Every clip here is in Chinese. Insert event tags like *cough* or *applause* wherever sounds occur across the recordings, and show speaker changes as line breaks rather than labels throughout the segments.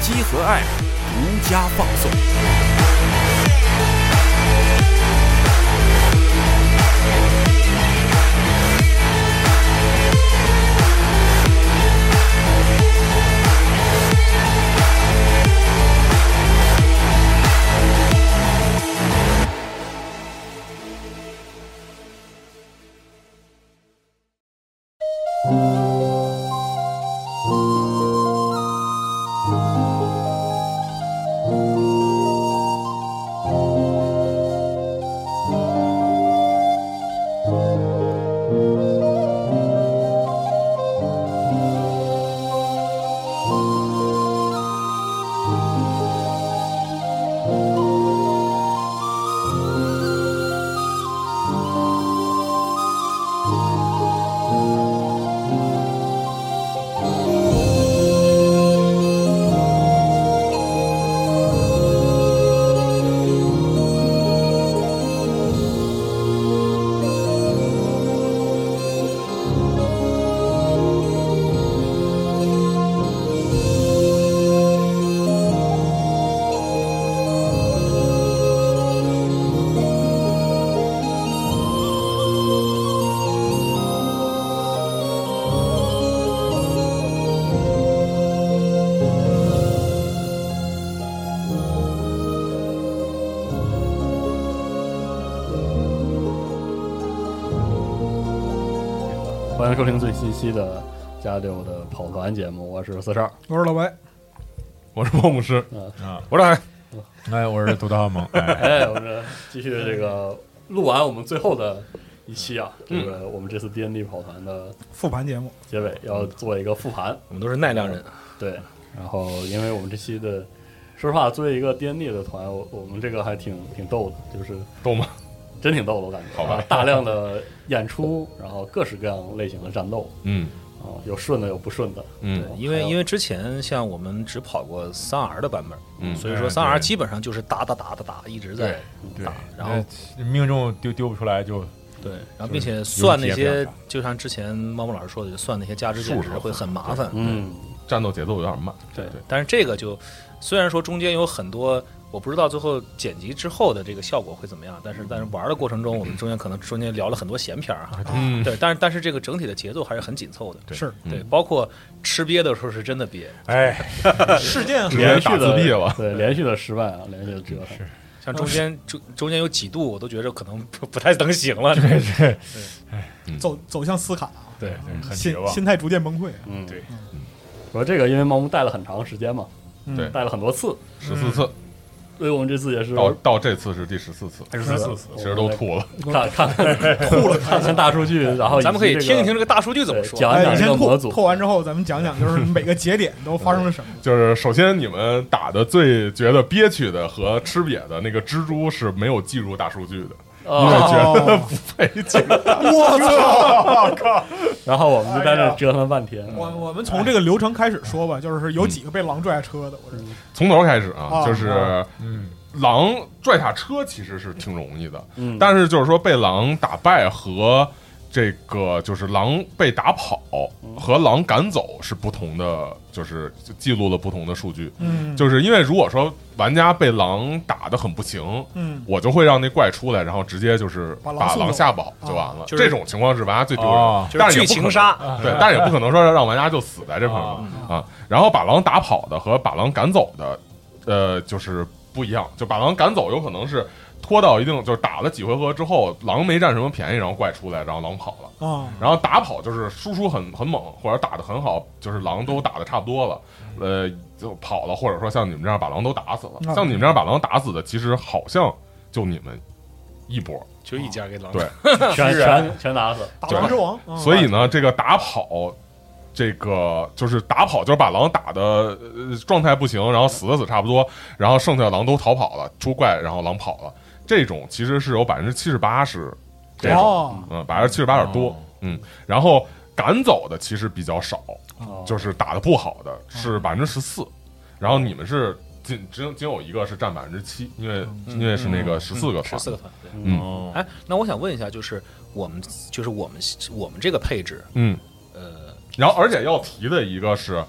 积禾 App 独家放送。
欢迎收听最新一期的加六的跑团节目，我是四十二。
我是老白，
我是孟牧师啊，我是海，哎，我是杜大猛，哎，
哎，我们继续这个录完我们最后的一期啊，这个我们这次 D N D 跑团的
复盘节目，
结尾要做一个复盘。
我们都是奈良人，
对，然后因为我们这期的，说实话，作为一个 D N D 的团，我我们这个还挺挺逗的，就是
逗吗？
真挺逗的，我感觉。
好吧
啊大量的演出， *laughs* 然后各式各样类型的战斗
嗯
啊，有顺的有不顺的，
嗯
对
因
哦
为
还有
因为之前像我们只跑过三 R 的版本，
嗯
所以说
哎
三 R
对
基本上就是打打打打打，一直在
对
打，，然后
那哎命中丢丢不出来就
对，然
就
后
是
并且算那
有一些比
些
较大，
就像之前猫猫老师说的，就算那些价值
数
减值
是吧
会很麻烦。
嗯，
战斗节奏有点慢，
对
对
但是这个就虽然说中间有很多，我不知道最后剪辑之后的这个效果会怎么样，但是但是玩的过程中，我们中间可能中间聊了很多闲篇
*laughs*
儿哈。
嗯，
对，但是但是这个整体的节奏还是很紧凑的。
对 *laughs*
是
嗯
对，包括吃鳖的时候是真的鳖，
哎，
事件
直接
连续
打
的
自闭了，
对，连续的失败啊，连续的折腾。
像中间中中间有几度，我都觉得可能不不太能行了。对
走走向斯卡，
对，很
心
绝望，
心态逐渐崩溃。
嗯，
对
嗯。我说这个，因为盲目带了很长时间嘛，
嗯
对
带了很多次，
十四次，
所以我们这次也是
到到这次是第十四次，
十次
其实都吐了，
看看看吐了，看看大数据，然后以及
咱们可以
这个
听一听这个大数据怎么
对
说。
讲
哎，
讲
你
这
先
个模
吐
组，
吐完之后，咱们讲讲就是每个节点都发生了什
*laughs*
么。
就是首先你们打的最觉得憋屈的和吃瘪的那个蜘蛛是没有计入大数据的，因为
啊，
觉得
哦
不配进入，
*laughs* 我操！
然后我们就在
哎
这折腾了半天。
我我们从这个流程开始说吧，就是有几个被狼拽下车的，我是
从头开始啊，
啊
就是
啊
嗯。狼拽下车其实是挺容易的，
嗯，
但是就是说被狼打败和这个就是狼被打跑和狼赶走是不同的，就是记录了不同的数据。
嗯，
就是因为如果说玩家被狼打得很不行，
嗯
我就会让那怪出来，然后直接就是
把
把
狼送走
狼吓跑就完了。
就是
这种情况是玩家最丢人，
哦
就
但
是
也不
剧
可能
情杀，啊
对，但是也不可能说让玩家就死在这份上
啊
啊。然后把狼打跑的和把狼赶走的，呃，就是不一样，就把狼赶走，有可能是拖到一定，就是打了几回合之后，狼没占什么便宜，然后怪出来，然后狼跑了。
啊，
然后打跑就是输出很很猛，或者打得很好，就是狼都打得差不多了，呃，就跑了，或者说像你们这样把狼都打死
那
了。像你们这样把狼打死的，其实好像就你们一波。
就一家给狼
对
全
居然
全全打死，
打狼之王，
哦
啊
所以呢，这个打跑，这个就是打跑，就是把狼打的、呃、状态不行，然后死的死差不多，然后剩下的狼都逃跑了，出怪，然后狼跑了。这种其实是有百分之七十八是这种，
哦，
嗯，百分之七十八点多，
哦
嗯，然后赶走的其实比较少，
哦
就是打的不好的
哦
是百分之十四，然后你们是仅只有仅有一个是占百分之七，因为、
嗯
因为是那个十四个团
十，四个团。对
嗯
哦
哎，那我想问一下，就是我们就是我们我们这个配置，
嗯，
呃，
然后而且要提的一个是，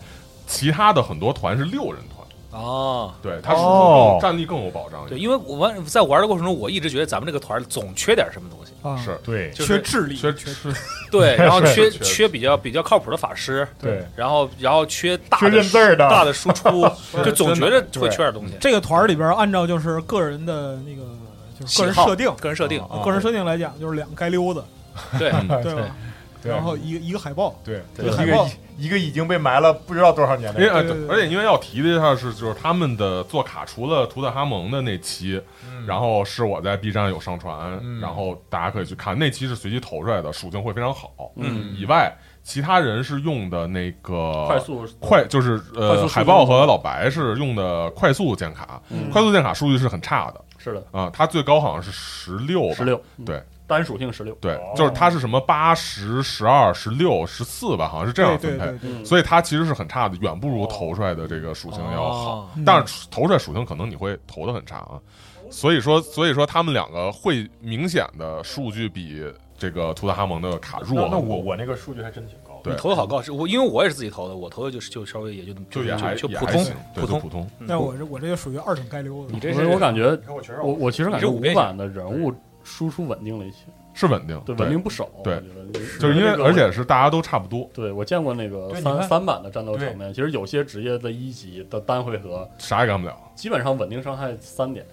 其他的很多团是六人团。
哦，
对，它是不是
哦
更战力更有保障一
对，
点？
因为我玩在玩的过程中，我一直觉得咱们这个团儿总缺点什么东西，
啊
嗯是
对
就
缺
是
智力，
缺缺
对，然后
是
缺 *laughs*
缺
缺比较比较靠谱的法师，
对，
然后然后缺大
缺
的
认字儿的
大的输
*laughs*
出，就总觉得
真的
会缺点东西。
这个团儿里边，按照就是个人的那个就是个人
喜好
设定，
个人设定，嗯
啊
个人设定来讲，就是两个街溜子，
对，
嗯哎
对吧？
对
然后一个一个海报，
对，
一个
一
海
个
报
一个已经被埋了不知道多少年
因为
的，
呃
对对对
而且因为要提的一下是，就是他们的做卡，除了图坦哈蒙的那期，
嗯
然后是我在 B 站有上传，
嗯
然后大家可以去看，那期是随机投出来的，属性会非常好。
嗯
以外，其他人是用的那个
快速
快，就是
快速
呃
输出
海豹和老白是用的快速建卡，
嗯
快速建卡数据是很差的
是的，
啊、它最高好像是十六，
十六，嗯
对
单属性十六，
对
哦，
就是它是什么八十、十二、十六、十四吧，好像是这样
对
分
对
配，
对
嗯
所以它其实是很差的，远不如投出来的这个属性要好。
哦
嗯
但是投出来属性可能你会投的很差啊，所以说所以说他们两个会明显的数据比这个图坦哈蒙的卡弱
那
很多。
那我我那个数据还真挺高的，
对
你投的好高，是我因为我也是自己投的，我投的就是就稍微也就
就也还
就就
也
普
还
通
行对就
普通
普通，
但我这我这就属于二等街溜子
你，这
因
是
为我感觉
你看我全让
我我其实感
你这
觉
五
五
边
版的人物输出稳定了一些，
是稳定，
对稳定不少，
对
我觉得
就是因为
这个
而且是大家都差不多，
对我见过那个
对你
三
看
三版的战斗
对
场面，其实有些职业的一级的单回合
啥也干不了，
基本上稳定伤害三点，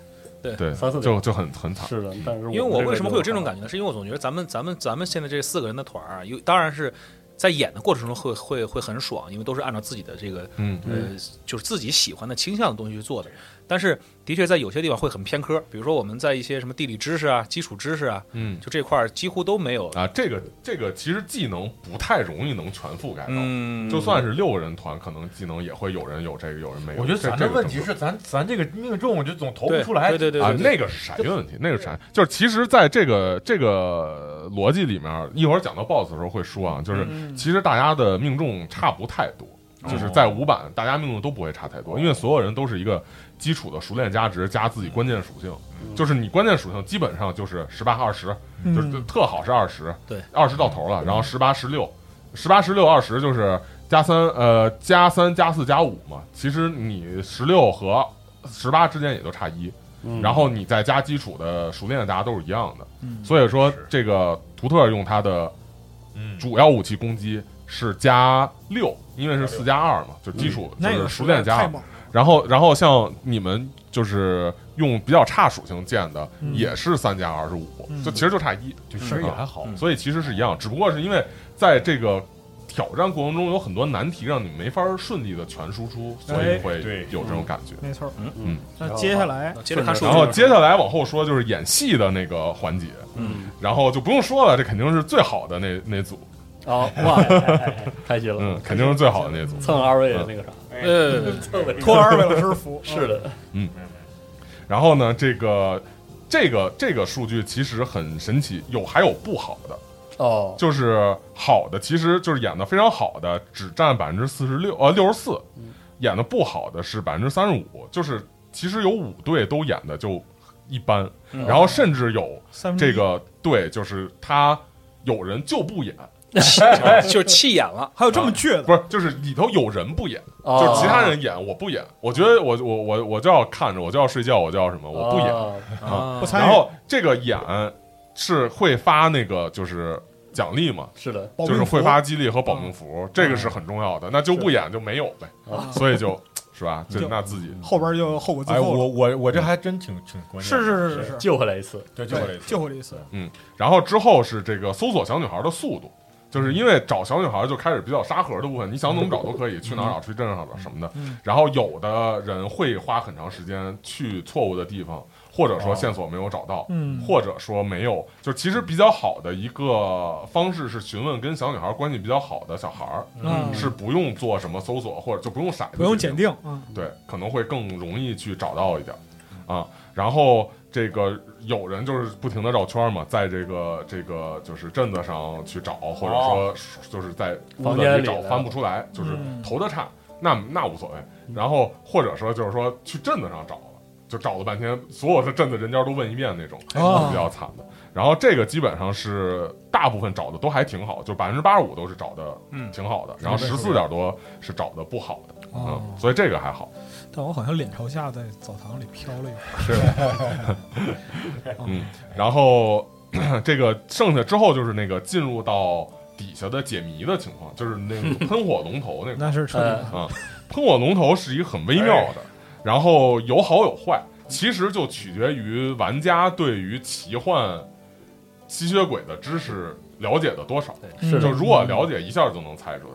对，
三四点
就就很很惨。
是的，但是
因为我为什么会有这种感
觉？
觉呢？是因为我总觉得咱们咱们咱们现在这四个人的团儿啊，有当然是在演的过程中会会会很爽，因为都是按照自己的这个
嗯，
呃，就是自己喜欢的倾向的东西去做的。但是的确在有些地方会很偏科，比如说我们在一些什么地理知识啊、基础知识啊，
嗯
就这块儿几乎都没有。
啊，这个这个其实技能不太容易能全覆盖到，
嗯，
就算是六人团，可能技能也会有人有这个，有人没有。
我觉得
这
咱
这
这
个
问
正
题
常
是咱咱这个命中就总投不
对
出来，
对对对
啊，
对对
那个是傻运问题，那个是啥？就是其实，在这个这个逻辑里面，一会儿讲到 BOSS 的时候会说啊，就是
嗯
其实大家的命中差不太多，
哦
就是在五版大家命中都不会差太多，因为所有人都是一个基础的熟练加值加自己关键属性，
嗯
就是你关键属性基本上就是十八二十，就是特好是二十，
对，
二十到头了，然后十八十六，十八十六二十就是加三呃加三加四加五嘛，其实你十六和十八之间也就差一。
嗯
然后你再加基础的熟练的，大家都是一样的。
嗯
所以说，这个图特用他的
嗯
主要武器攻击是加六，因为是四加二嘛，就基础、
那
就
个
是嗯熟练加
太
二。
猛了，
然后，然后像你们就是用比较差属性建的，
嗯
也是三加二十五，
嗯
就其实就差一，
其实也还好
嗯
所以其实是一样，只不过是因为在这个。挑战过程中有很多难题让你没法顺利的全输出，所以
哎
会
对
有这种感觉。
没错儿。
嗯
嗯，
那接下来
接着看数据
然后接下来往后说就是演戏的那个环节，
嗯
然后就不用说了，这肯定是最好的那那组，
啊哇， *laughs* 哎哎哎开心了
嗯，，肯定是最好的那组。
蹭二位那个啥，
呃，
蹭了一
托二位老师嗯
*laughs*
服，
是的，
然后呢，这个这个这个数据其实很神奇，有还有不好的，
哦，
就是好的其实就是演的非常好的只占百分之四十六呃六十四，演的不好的是百分之三十五，就是其实有五队都演的就一般，然后甚至有
三分之一
这个队就是他有人就不演。
就是气眼了。
还有这么倔的，
不是，就是里头有人不演，
哦
就是其他人演，我不演。我觉得我我我我就要看着，我就要睡觉，我就要什
哦
么，我不演。
演，
啊
不参与
嗯然后这个演是会发那个就是奖励嘛，
是的，
保
就
命
是
符嗯
会发激励和保命符，这个是很重要的。那就不演就没有呗，
啊
所以就是吧？就
就
那自己
后边就后果自
哎，
负
我
了。
我我这还真挺挺关键的，
是是是是
*laughs*
是，
救回来一次，
对，就我这
对
一，次，
救回了一次。
然后之后是这个搜索小女孩的速度，
嗯
就是因为找小女孩就开始比较沙盒的部分，你想怎么找都可以，去哪儿找，去镇上找什么的。
嗯
然后有的人会花很长时间去错误的地方，或者说线索没有找到，
哦嗯
或者说没有，就其实比较好的一个方式是询问跟小女孩关系比较好的小孩儿，
嗯
是不用做什么搜索或者就不用骰子，
不用检定，嗯，
对，可能会更容易去找到一点儿啊。然后这个有人就是不停的绕圈儿嘛，在这个这个就是镇子上去找，或者说就是在屋
房
子
间
里
里
找
的
翻不出来，就是
嗯
投的差，那那无所谓。然后或者说就是说去镇子上找了，就找了半天，所有的镇子人家都问一遍那种，
哦
比较惨的。然后这个基本上是大部分找的都还挺好，就百分之八十五都是找的
嗯
挺好的，然后
是
十
的
四点多是找的不好的，
哦
嗯，所以这个还好。
但我好像脸朝下在澡堂里飘了一会儿。
然后 *clears throat* 这个剩下之后就是那个进入到底下的解谜的情况，就是那个喷火龙头那个
那是
*laughs*
彻底
呃
的，
喷火龙头是一个很微妙的，然后有好有坏，其实就取决于玩家对于奇幻吸血鬼的知识了解的多少。
嗯
就如果了解一下就能猜出来，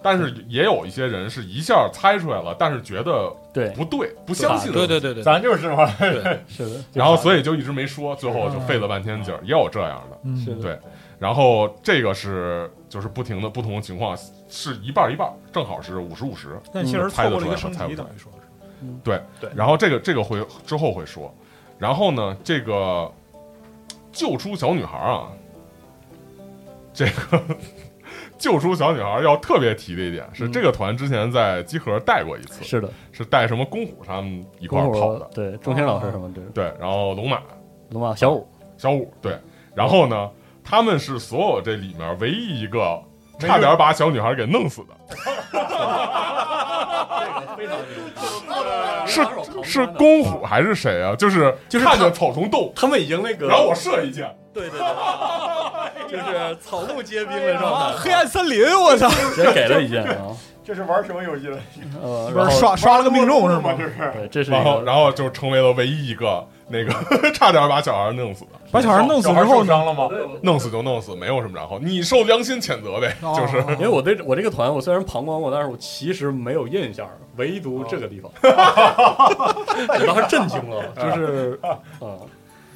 但是也有一些人是一下猜出来了，但是觉得
对，
不对，不相信。
对对对对，
咱就是这玩意儿，
是的。
然后所以就一直没说，最后
嗯
就费了半天劲儿，也有这样的。
嗯
是的，
对然后这个是就是不停的不同的情况是一半儿一半儿，正好是五十五十。
但其实错过了一个升
猜
级，
不出来
等于说是，
然后这个这个会之后会说，然后呢这个救出小女孩儿啊，这个 *laughs* 救出小女孩儿要特别提的一点是，
嗯
这个团之前在集合带过一次，
是的，
是带什么公虎他们一
一
块儿跑的，
对，钟天老师什么这是
对，然后龙马
龙马小五，
小五对，然后呢他们是所有这里面唯一一个差点把小女孩给弄死的。是是公虎还是谁啊？就是
就是
看着
他
草丛动，
他们已经那个
然后我射一箭，
对 *laughs* 对对，就是草木皆兵的状态，
黑暗森林，我操，
直接给了一箭啊，
这是玩什么游戏了？
呃，
不
然
是
后
刷刷了个命中是
吗？
吗？
嗯
这是
对，这是
然
一
后
个
然后就成为了唯一一个那个 *laughs* 差点把小孩弄死的，
把小孩弄死
小
之
孩
后
受
呢？
伤了吗？
弄死就弄死，没有什么然后，你受良心谴责呗，
哦
就是
因为我对我这个团，我虽然旁观过，但是我其实没有印象，唯独这个地方，我当时震惊了，就是啊，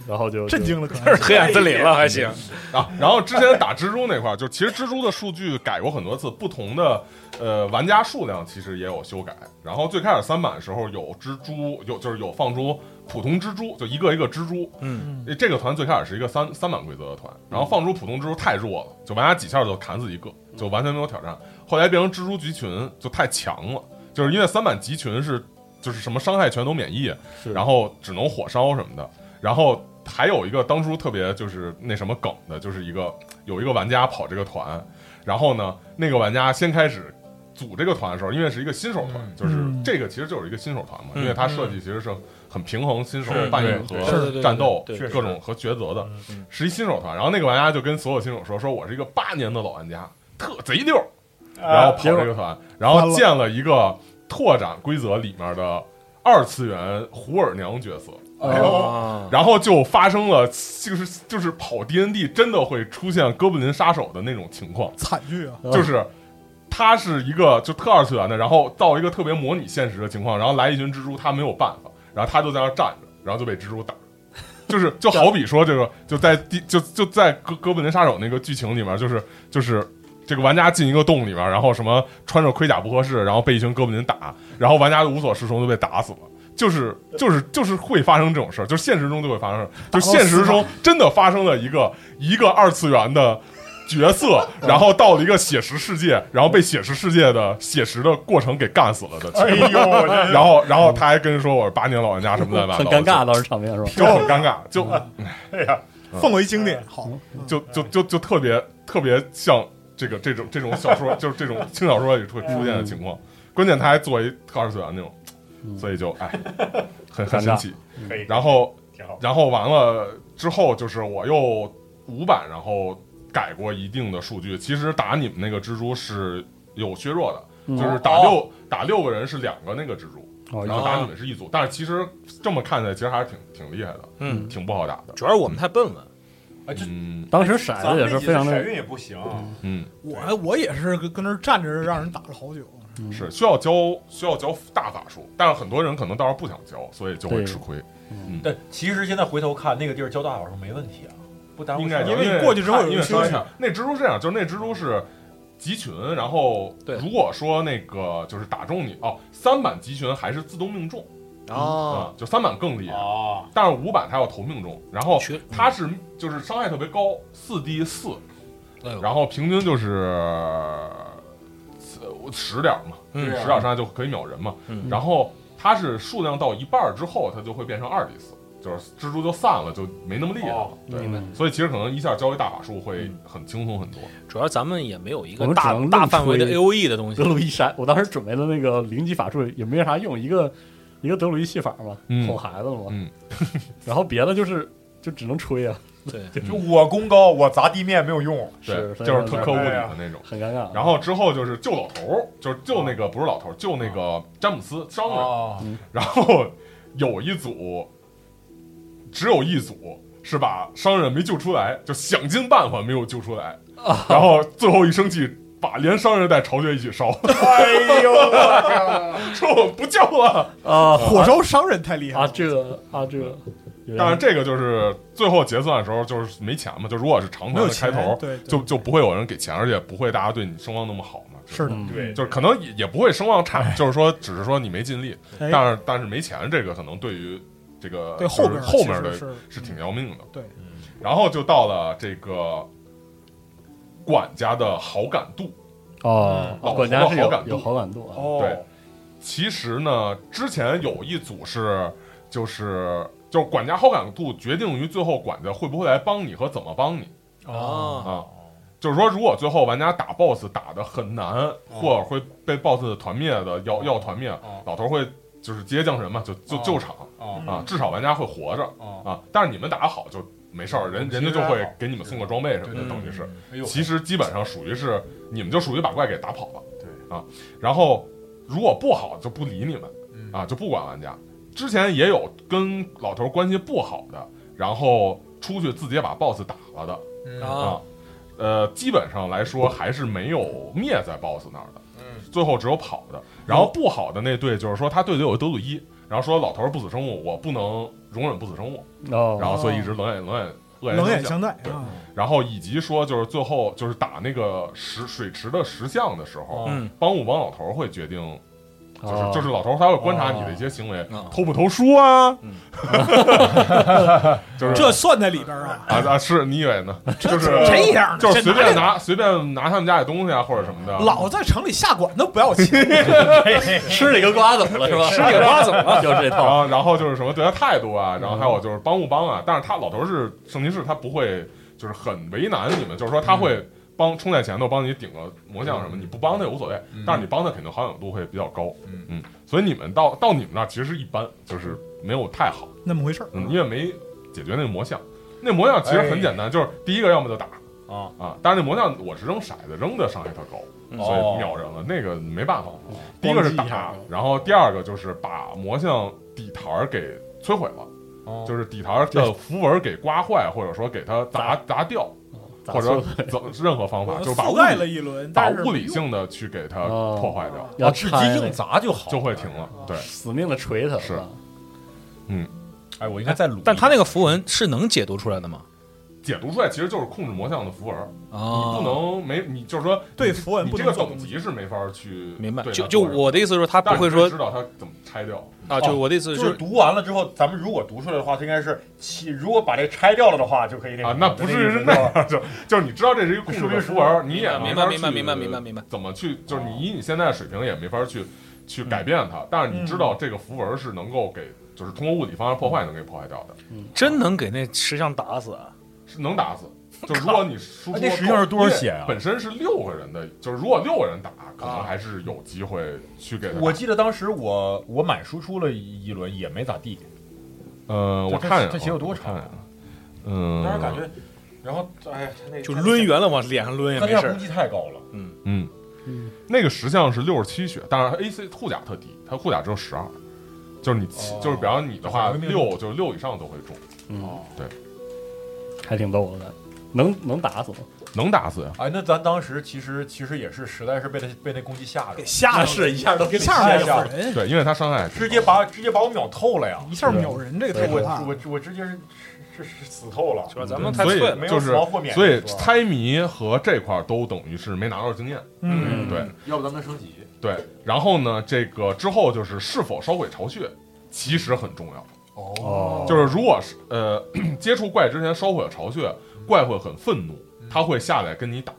然后就
震，惊了，可能
这是黑暗森林了还行，
啊。然后之前打蜘蛛那块儿，就其实蜘蛛的数据改过很多次，不同的呃玩家数量其实也有修改。然后最开始三版的时候有蜘蛛，有就是有放出普通蜘蛛，就一个一个蜘蛛，
嗯，
这个团最开始是一个三三版规则的团，然后放出普通蜘蛛太弱了，就玩家几下就砍死一个，就完全没有挑战。后来变成蜘蛛集群就太强了，就是因为三版集群是就是什么伤害全都免疫，
是
然后只能火烧什么的。然后还有一个当初特别就是那什么梗的，就是一个有一个玩家跑这个团，然后呢那个玩家先开始。组这个团的时候，因为是一个新手团，
嗯
就是
嗯
这个其实就是一个新手团嘛，
嗯
因为它设计其实是很平衡新手
是
扮演
对
和
对对对
战斗
对
对
各种和抉择的
嗯，
嗯
是一新手团。然后那个玩家就跟所有新手说：“说我是一个八年的老玩家，特贼溜儿。”
啊
然后跑这个团，然后建了一个拓展规则里面的二次元胡尔娘角色，
哎
哦，
然后就发生了就是就是跑 D N D 真的会出现哥布林杀手的那种情况，
惨剧啊！
嗯
就是。他是一个就特二次元的，然后到一个特别模拟现实的情况，然后来一群蜘蛛，他没有办法，然后他就在那儿站着，然后就被蜘蛛打，就是就好比说这个就在第就就在哥哥布林杀手那个剧情里面，就是就是这个玩家进一个洞里面，然后什么穿着盔甲不合适，然后被一群哥布林打，然后玩家无所适从就被打死了。就是就是就是会发生这种事儿，就是现实中就会发生，就现实中真的发生了一个一个二次元的角
*laughs*
色，然后到了一个写实世界，然后被写实世界的写实的过程给干死了的情
哎
况。
呦，我这
然后然后他还跟人说我是八年老玩家什么的，
*laughs* 很尴尬，，当时场面是吧？
就很尴尬，就呃嗯
奉为经典，好，
就就就就特别特别像这个这种这种小说， *laughs* 就是这种轻小说里会出现的情况。关键他还作为特二次元那种，所以就哎，很很
尴尬
神奇。
可以，
然后
挺好。
然后完了之后，就是我又五版，然后改过一定的数据。其实打你们那个蜘蛛是有削弱的，
嗯
哦
就是打六打六个人是两个那个蜘蛛，
哦
然后打你们是一组。但是其实这么看起来，其实还是挺挺厉害的，
嗯，
挺不好打的。
主要是我们太笨了，
啊，这
嗯
当时骰
咱
子
们
也是非常
甩
的，
运也不行，
嗯，
我我也是跟跟那儿站着，让人打了好久。
是需要教需要教大法术，但是很多人可能到时候不想教，所以就会
对
吃亏。
但其实现在回头看，那个地儿交大小时候没问题啊，不耽误
应
事
该
儿。
的
哎因为你过去之后有
因为
人休息
看那蜘蛛是这样，就是那蜘蛛是集群，然后
对
如果说那个就是打中你哦，三版集群还是自动命中
哦，
啊，就三版更厉害。
哦
啊，
但是五版它要投命中，然后
学
它是就是伤害特别高，四 D 四，
哎呦
然后平均就是十点儿嘛，
嗯
啊
十点儿伤害就可以秒人嘛。
嗯
然后它是数量到一半儿之后，它就会变成二 D 四，就是蜘蛛就散了，就没那么厉害了。
哦
对
明白，嗯
所以其实可能一下教一大法术会很轻松很多。
主要咱们也没有一
我
个
们只
大
能
大
愣
范围的
吹
A O E 的东
*laughs*
西
德，鲁伊闪，我当时准备的那个零级法术也没啥用，一个一个德鲁伊戏法嘛，
嗯
哄孩子嘛，
嗯
*laughs*
*laughs*
然后别的就是就只能吹啊， *laughs*
对，
就我功高，我砸地面没有用，
是
对，就是特科物理
哎
的
呀
那种。
很尴尬。
然后之后就是救老头儿，就是救那个不是老头儿，救那个詹姆斯商
哦
人。
啊
然后有一组，只有一组是把商人没救出来，就想尽办法没有救出来，
啊
然后最后一生气，把连商人带巢穴一起烧，
*laughs* 哎呦，我
*laughs* 说我不救了。
啊
火烧商人太厉害
啊
了，
这啊这，有点
当然这个就是最后结算的时候就是没钱嘛，就如果是长
没
团
有
的开
钱
头，
对，对
就就不会有人给钱，而且不会大家对你声望那么好嘛。就是
的，
嗯
对，
就是可能也也不会声望差，就是说只是说你没尽力，
哎
但是但是没钱这个可能对于这个
对
就是
后边儿
后面
其
的
实是嗯
是挺要命的。
对，
然后就到了这个管家的好感度。
哦，
嗯老
管家是有
好感度哦
有好感度啊，
哦
对，其实呢，之前有一组是就是就是管家好感度决定于最后管家会不会来帮你和怎么帮你
哦
啊。就是说，如果最后玩家打 BOSS 打的很难，或者会被 BOSS 团灭的，要要团灭，
哦
老头会就是直接降神嘛，就就
哦
救场
哦
啊，至少玩家会活着
哦，嗯
啊。但是你们打好就没事儿，人人家就会给你们送个装备什么
对
的，
对
等于是。
哎呦，
其实基本上属于是你们就属于把怪给打跑了，
对
啊，然后如果不好就不理你们
嗯
啊，就不管玩家。之前也有跟老头关系不好的，然后出去自己也把 BOSS 打了的
嗯
啊
啊，呃，基本上来说还是没有灭在 BOSS 那儿的，
嗯
最后只有跑的。然后不好的那队就是说他队里有个德鲁伊，然后说老头不死生物，我不能容忍不死生物，然
哦，
后所以一直冷眼冷眼恶言
冷眼
相向
相待
对
啊，
然后以及说就是最后就是打那个石水池的石像的时候，
嗯
帮不帮老头儿会决定，就是、
哦
就是老头儿他会观察你的一些行为，
嗯
哦
投不投书啊，
嗯
*laughs* 就是
这算在里边儿啊，
啊啊是你以为呢？就是
这样的
就是随
这
便
哪
拿随便拿他们家的东西啊或者什么的，
老在城里下馆子不要
*laughs*
钱，
吃了一个瓜怎么了是吧？吃了
这个瓜怎么了？
哦 *laughs* 就是这
然
套，
后然后就是什么对他态度啊，然后还有就是帮不帮啊，但是他老头儿是圣骑士，他不会就是很为难你们，就是说他会帮冲在前头帮你顶个魔像什么，你不帮他也无所谓，但是你帮他肯定好感度会比较高，
嗯
嗯，所以你们到到你们那儿其实一般，就是没有太好，
那么回事儿。
嗯，因为没解决那个魔像，那魔像其实很简单，就是第一个要么就打。
啊
啊！但是那魔像我是扔骰子，扔的伤害特高，所以秒人了。那个没办法，第一个
咣
是
叽一
打
下，
然后第二个就是把魔像底台儿给摧毁了，
哦
就是底台儿的符文给刮坏，或者说给它砸砸掉，
咋
或者哦
说
怎任何方法，就是把
覆
物
盖了
理
一轮，
把
但是
物理性的去给它
哦
破坏掉，
要
直
拆
接
了
硬砸就好，
就会停。了。对，
死命的捶他，
是
啊
哦
哎，我应该再撸，
但他那个符文是能解读出来的吗？
解读出来其实就是控制魔像的符文，你
嗯
啊，
不能没你就是说
对
你
符文
你
不
这
能
个
做
等
攻
级是没法去
明白
对？
就
它
就
做什么
我的意思是，他不
但
会
你
说
知道它怎么拆掉。
啊，就是我的意思
就是是读完了之后，咱们如果读出来的话，它应该是起，如果把这个拆掉了的话，就可以那个
啊，那不至于是那样，就就是你知道这是一个控制的符文，你也
明
没
白
法
明白
去
明白明白明
哦
白嗯
怎么去，就是你以你现在的水平也没法去去改变它，但是你知
嗯
道这个符文是能够给，就是通过物理方式破坏能给破坏掉的，
真能给那石像打死啊？
是能打
*laughs*
死。就如果你输出
哎那实际上是多少血啊
因为本身是六个人的，就是如果六个人打，可能
啊
还是有机会去给他打。
我记得当时我我满输出了一轮也没咋地，
呃，
这
我看一眼啊，
这血有多
我
长
看一
啊
眼啊？嗯，
当时感觉，然后哎，他那
就抡圆了往脸上抡也
他
没
那
事
攻
儿。
击太高了，
嗯
嗯，
那个石像是六十七血，当然 AC 护甲特低，它护甲只有十二，就是你
哦
七、就是比方你的话
就很
六就是六以上都会中，
嗯，
对，
还挺逗的，能能打死吗？
能打死呀。
哎，那咱当时其实其实也是，实在是被他被那攻击吓着，
吓
是一下都
一
给
下
吓
儿
一
秒
下
人，
对，因为它伤害
哎直接把直接把我秒透了呀！
一下儿秒人，这个太
嗯我
可怕了。
我我直接是是是死透了，
主要咱们太
所
脆了，
以
没
就
有
是
死亡豁免
所以
是吧
猜谜和这块儿都等于是没拿到经验，
嗯，
对
要不咱们升级？
对。然后呢，这个之后就是是否烧毁巢穴，其实很重要。
哦，
就是如果是呃 *clears throat* 接触怪之前烧毁了巢穴，怪会很愤怒，它会下来跟你打，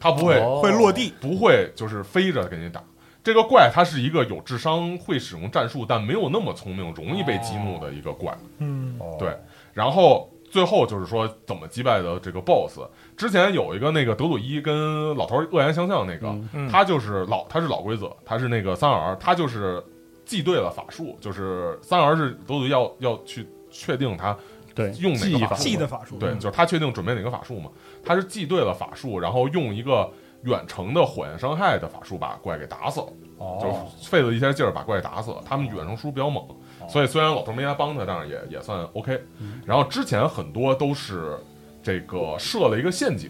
它不会、
哦
会落地，
不会就是飞着跟你打。这个怪它是一个有智商、会使用战术，但没有那么聪明，容易被激怒的一个怪。
嗯，
对，然后最后就是说怎么击败的这个 BOSS。之前有一个那个德鲁伊跟老头儿恶言相向那个，
嗯
他就是老他是老规则，他是那个三儿，他就是记对了法术，就是三儿是德鲁伊要要去确定他
对，
用哪
记
个
忆
法
法
术
记的法术，嗯
对，就是他确定准备哪个法术嘛，他是记对了法术，然后用一个远程的火焰伤害的法术把怪给打死了，
哦，
就是费了一些劲儿把怪打死了。他们远程输比较猛，所以虽然老头没来帮他，但是也也算 OK。然后之前很多都是这个设了一个陷阱，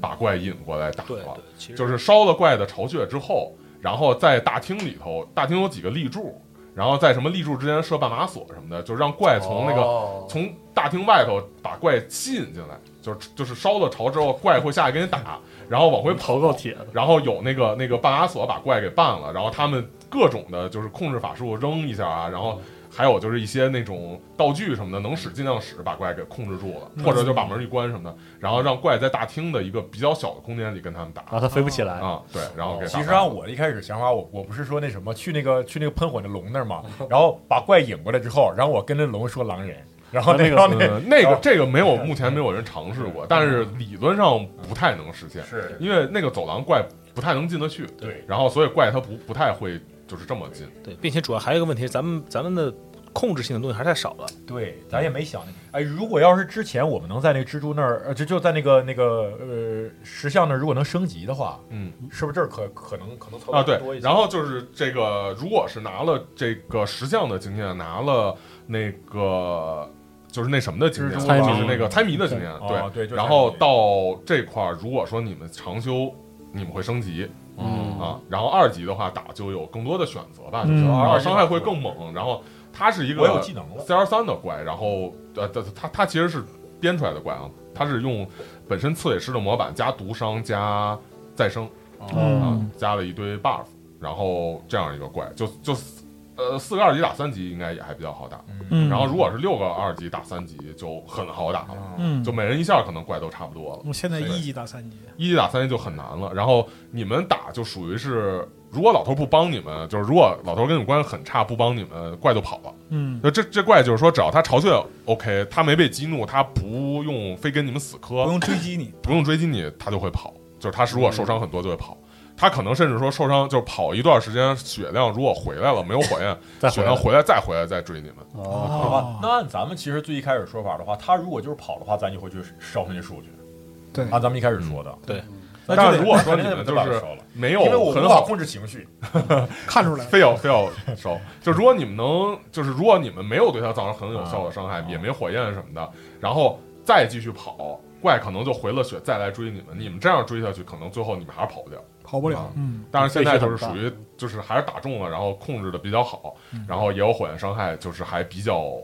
把怪引过来打
对
了
对，，其实
就是烧了怪的巢穴之后，然后在大厅里头，大厅有几个立柱。然后在什么立柱之间设绊马索什么的，就让怪从那个
个
从大厅外头把怪吸引进来，就是就是烧了巢之后，怪会下来给你打，然后往回跑
投。够铁的，
然后有那个那个半拉索把怪给办了，然后他们各种的就是控制法术扔一下啊，然后还有就是一些那种道具什么的，能使尽量使，把怪给控制住了，或者就把门一关什么的，然后让怪在大厅的一个比较小的空间里跟他们打
然后他飞不起来，
啊，对，然后给打
哎哦其实
败
按我一开始想法，我我不是说那什么去那个去那个喷火那龙那儿 *laughs* 嘛，然后把怪引过来之后，然后我跟那龙说狼人，然后
啊那个
然后
呃，那
然
个
后
这个没有，目前没有人尝试过，但是理论上不太能实现，
嗯是
因为那个走廊怪不太能进得去，
对
然后所以怪它不不太会就是这么进，
对，并且主要还有一个问题，咱们咱们的控制性的东西还是太少了。
对，咱也没想哎，如果要是之前我们能在那个蜘蛛那儿，呃，就就在那个那个呃石像那儿，如果能升级的话，
嗯
是不是这儿可可能可能操作
啊
更多
对，
一些
然后就是这个，如果是拿了这个石像的经验，拿了那个就是那什么的经验，
蜘
就是
蛛
猜谜
那个猜谜的经验，
嗯
哦 *laughs* 对就是
然后到这块儿，如果说你们长修，你们会升级，
嗯
啊，然后二级的话打就有更多的选择吧，就
嗯
是二
二级
伤害会更猛，然后它是一
我有
个
技能了
C R 三的怪，然后呃，它它它其实是编出来的怪啊，它是用本身刺猬师的模板加毒伤加再生啊
嗯，，
加了一堆 buff，然后这样一个怪，就就呃四个二级打三级应该也还比较好打，
嗯
然后如果是六个二级打三级就很好打了，
嗯，
就每人一下可能怪都差不多了。
我现在一级打三级，
一级打三级就很难了。然后你们打就属于是，如果老头不帮你们，就是如果老头跟你们关系很差，不帮你们，怪就跑了。
嗯，
那这这怪就是说，只要他巢穴 OK，他没被激怒，他不用非跟你们死磕，
不用追击你，
不用追击你，他就会跑。就是他如果受伤很多就会跑。他可能甚至说受伤就是跑一段时间，血量如果回来了没有火焰，
*laughs* 再
血
回
量
来，
回来再回来再追你们。
啊
哦，
好吧，那按咱们其实最一开始说法的话，他如果就是跑的话，咱就会去烧他那数据。
对
按咱们一开始说
嗯
的，
对，
那
但
就是得
如果说你
*laughs* 那肯定
们
得
就
把它
是
烧了
没有
因为我
很
无法
好
控制情绪，
看出来了，
非要非要烧。就如果你们能，就是如果你们没有对它造成很有效的伤
哦
害，也没火焰什么的，然后再继续跑，怪可能就回了血再来追你们。你们这样追下去，可能最后你们还是跑不了。
跑不了
啊，
嗯，
但是现在就是属于就是还是打中了，然后控制的比较好，然后也有火焰伤害，就是还比较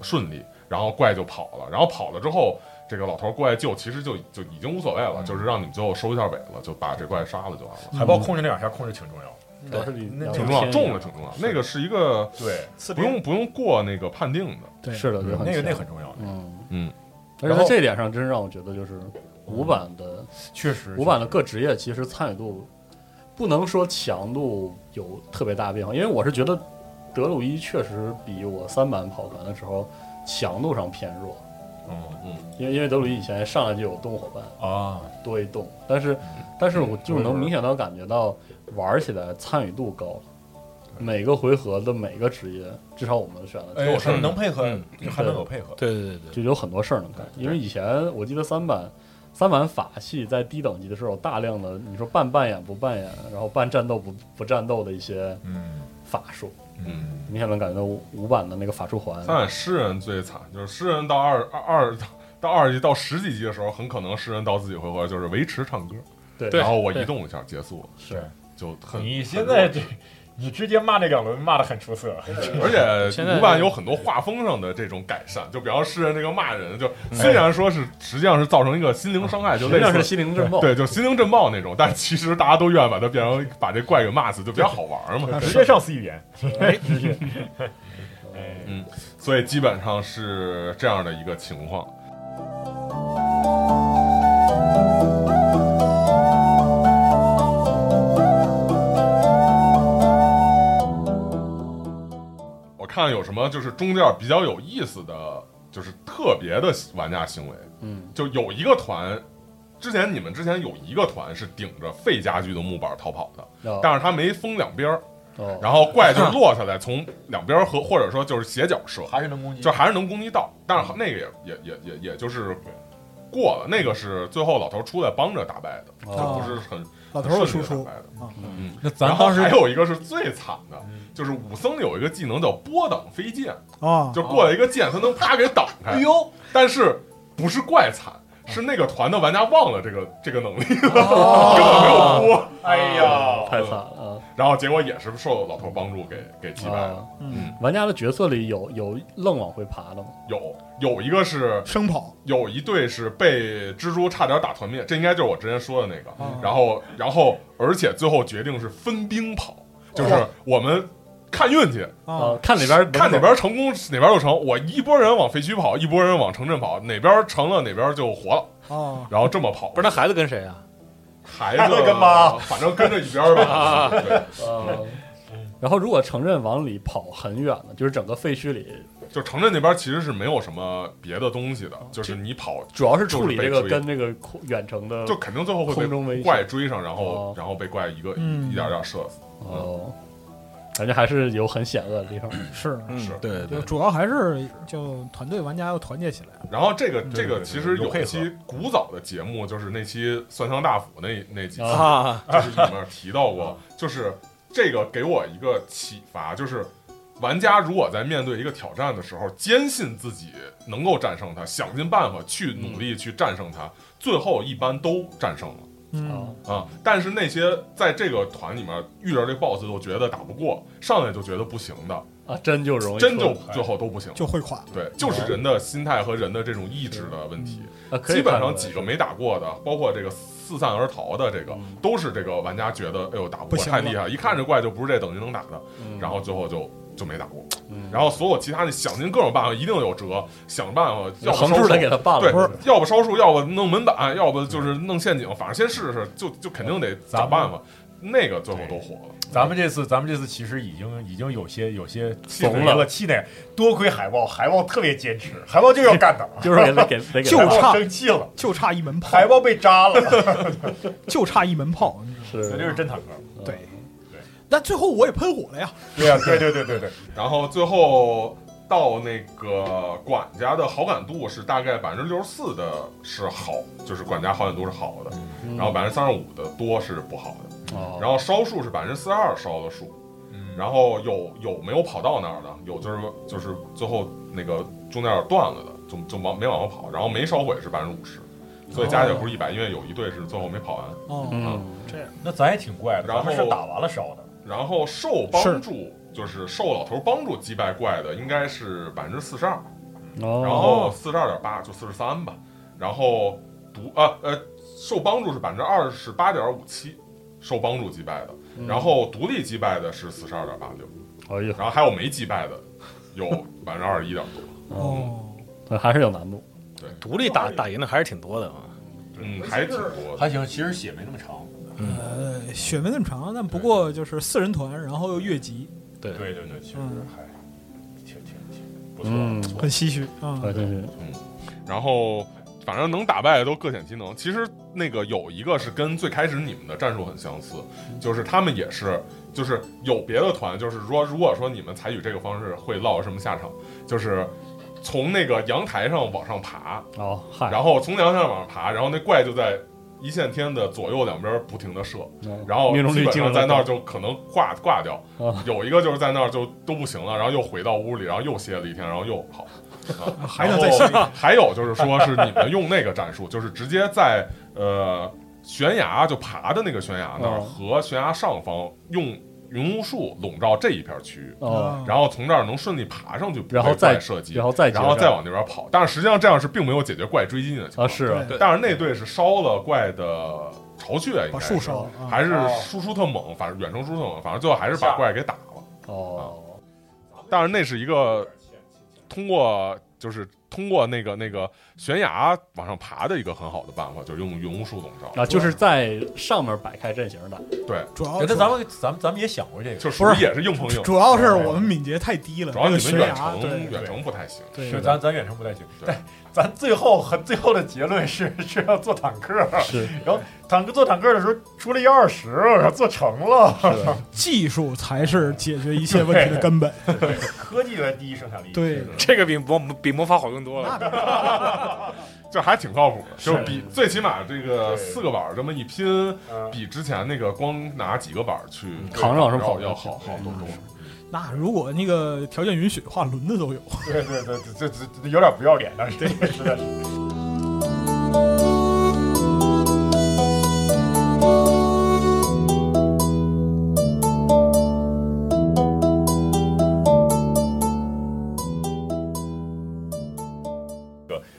顺利。然后怪就跑了，然后跑了之后，这个老头过来救，其实就就已经无所谓
嗯
了，就是让你们最后收一下尾了，就把这怪杀了就完了。
海豹控制那两下控制挺重要。
要是你
那
要是
挺重要，
偏
中了挺重要。那个是一个
对，
不用不用过那个判定的，
对，
是的，就
那个
强
那个很重要，
嗯
嗯，
而且
然
在
后嗯
这点上，真让我觉得就是五版的
确实。
五版的各职业其实参与度不能说强度有特别大变化，因为我是觉得德鲁伊确实比我三版跑团的时候强度上偏弱，
嗯
因为因为德鲁伊以前上来就有动物伙伴
啊，嗯
多一动，但是但是我就是能明显的感觉到玩起来参与度高了。每个回合的每个职业，至少我们选的，
哎，
就
还能配合
嗯，
还能有配合。
对对对
就
对，
有很多事儿能干。因为以前我记得三版三板法系在低等级的时候，有大量的你说半扮演不扮演，然后半战斗不不战斗的一些
嗯
法术，
嗯，
明显能感觉到五五版的那个法术环，
三版诗人最惨，
嗯
就是诗人到二二二到二级到十几级的时候，很可能诗人到自己回合就是维持唱歌，
对
然后我
对
移动一下结束了，
是
就很
你现在这，你直接骂那两轮骂的很出色，
而且
现在
五版有很多画风上的这种改善，就比方诗人这个骂人，就虽然说是实际上是造成一个心灵伤害，就
实际上
类
嗯是
似
心灵震动。
对，就心灵震爆那种，但是其实大家都愿意把它变成把这怪给骂死，就比较好玩
嗯
嘛。
直接上 C 语言。
所以基本上是这样的一个情况。我看有什么就是中间比较有意思的，就是特别的玩家行为，
嗯，
就有一个团，之前你们之前有一个团是顶着废家具的木板逃跑的，
然后
但是他没封两边儿，
哦，
然后怪就落下来， *laughs* 从两边儿和或者说就是斜角射，
还是能攻击
就还是能攻击到，但是那个也也也也也就是过了，那个是最后老头出来帮着打败的，
哦
就不是很
老头儿的输
顺利
出
打败的。
那
然后还有一个是最惨的，
嗯
就是武僧有一个技能叫拨挡飞剑，
啊，
就过来一个剑，他能啪给挡开。
哦哎呦，哦
但是不是怪惨，是那个团的玩家忘了这个这个能力了， *laughs* 根本没有拨，
哦哎呀，
太惨了啊！
然后结果也是受老头帮助给给击败了
啊。，
嗯
玩家的角色里有有愣往回爬的吗？
有有一个是
生跑，
有一队是被蜘蛛差点打团灭，这应该就是我之前说的那个。
哦
嗯
然后，然后，而且最后决定是分兵跑，
哦
就是我们看运气，
啊
啊，，
看里边能
看哪
走
边成功哪边就成。我一拨人往废墟跑，一拨人往城镇跑，哪边成了哪边就活了，
啊，
然后这么跑。
不是那孩子跟谁啊？
孩
孩
子
子跟妈
反正跟着一边
*laughs*
吧。对，
呃，然后如果城镇往里跑很远的，就是整个废墟里，
就城镇那边其实是没有什么别的东西的，
哦
就是你跑
主要是处理
就是
这
被
个
追
跟这个空远程的
就肯定最后会
空中危险
被怪追上，然后
哦
然后被怪一个
嗯
一点点射死。
哦，感觉还是有很险恶的地方。
是，
嗯
是
对
就
对，
主要还是就团队玩家要团结起来，
然后这个这
对
个
对
其实
有
有
配
一
合
期古早的节目，就是那期酸汤大斧那那几期，
啊
啊，
就是里面提到
啊
过，就是这个给我一个启发，就是玩家如果在面对一个挑战的时候，坚信自己能够战胜它，想尽办法去努力去战胜它，最后一般都战胜了。
啊
嗯，，
啊、但是那些在这个团里面遇到这 BOSS 都觉得打不过，上来就觉得不行的，
啊，真就容易
真就
出
最后都不行。
就会垮，
对，就是人的心态和人的这种意志的问题。
啊，可以
基本
看
上
出来
几个没打过的，包括这个四散而逃的，这个
嗯
都是这个玩家觉得，哎呦打不
不
过
行
太
了
厉害，一看这怪就不是这等级能打的，
嗯
然后最后就就没打过。
嗯
然后所有其他的想尽各种办法，一定有辙，想办法要不
横
烧
置
树
的给他办了，
对
不是，
要不烧树，要不弄门板，要不就是弄陷阱，反正先试试，就就肯定得找办法。那个最后都火了，
咱们这次，咱们这次其实已经已经有些有些气
怂
馁
了
了，气馁。多亏海豹，海豹特别坚持，海豹就要干 *laughs* 倒，
就是给他给得给
就
他
海
办
豹生气了，
就差一门炮
海，豹被扎 *laughs* 了，
就差一门炮，
是
这就是真坦克。
对，但最后我也喷火了呀，
*laughs* 对呀，对对对对对，
然后最后到那个管家的好感度是大概百分之六十四的是好，就是管家好感度是好的，
嗯
然后百分之三十五的多是不好的，
哦嗯
然后烧树是百分之四十二烧的树，然后有有没有跑到那儿的，有就是就是最后那个中间有断了的，就就往没往后跑，然后没烧毁是百分之五十，所以加起来不是一百，因为有一队是最后没跑完，
哦，
嗯
那咱也 *laughs* 挺怪的，
然后
咱们是打完了烧的，
然后受帮助就是受老头帮助击败怪的应该是百分之四十二，
哦，
然后四十二点八就四十三吧，然后毒啊呃受帮助是百分之二十八点五七，受帮助击败的，
嗯
然后独立击败的是四十二点八六，
哎呦
然后还有没击败的有百分之二十一点多，
哦，
那还是有难度，
独立打打赢的还是挺多的啊。
嗯，还挺多的。
还行，其实血没那么长。
呃，血没那么长，但不过就是四人团，然后又越级，
对
对对对，其实
嗯
还挺挺挺不错
嗯
不错
很。唏嘘啊
啊，，真是
然后反正能打败的都各显其能。其实那个有一个是跟最开始你们的战术很相似，就是他们也是，就是有别的团，就是说如果说你们采取这个方式会落到什么下场，就是。从那个阳台上往上爬，
哦，嗨，
然后从阳台上往上爬，然后那怪就在一线天的左右两边不停的射，
嗯
然后
命中
基
率
本
基
上
本
在
上
那儿就可能挂挂掉
啊，
有一个就是在那儿就都不行了，然后又回到屋里，然后又歇了一天，然后又跑。啊，
*laughs* 还
然
能再
后
歇
还有就是说是你们用那个战术，就是直接在呃悬崖就爬的那个悬崖那儿
嗯
和悬崖上方用云雾术笼罩这一片区域，
哦，
啊
然后从这儿能顺利爬上去，不被
然后
怪
再
射击，
然后再
然后再
往
往那边跑。但是实际上这样是并没有解决怪追击的情
啊
况
是啊
对但是那队是烧了怪的巢穴，应
把
该
树
是
烧了啊，
还是
哦
输出特猛，反正远程输出特猛，反正最后还是把怪给打了。
哦，
但是那是一个通过就是通过那个那个悬崖往上爬的一个很好的办法，就是用云雾术笼罩
啊，就是在上面摆开阵型的，
主要
对，
是
那咱们咱们咱们也想过这个，
就属于也是硬碰硬。
主要是我们敏捷太低了，
主要你
那个
们
悬
远
崖，
程
对
远程不太行，
对
就
对，
咱咱远程不太行，
对
但咱最后很最后的结论是是要做坦克，
嗯
是
坦克做坦克的时候出了一二十，我靠做成了，
技术才是解决一切问题的根本。
科技的第一生产力。
对，
这个比魔比魔法好用多了。
就还挺靠谱的，就是
是
比最起码这个
对
四个板儿这么一拼，
嗯
比之前那个光拿几个板儿去
扛着往上跑
要好好多多。
那如果那个条件允许的话，轮子都有。
对对对，这这这这有点不要脸，但是这个实在是。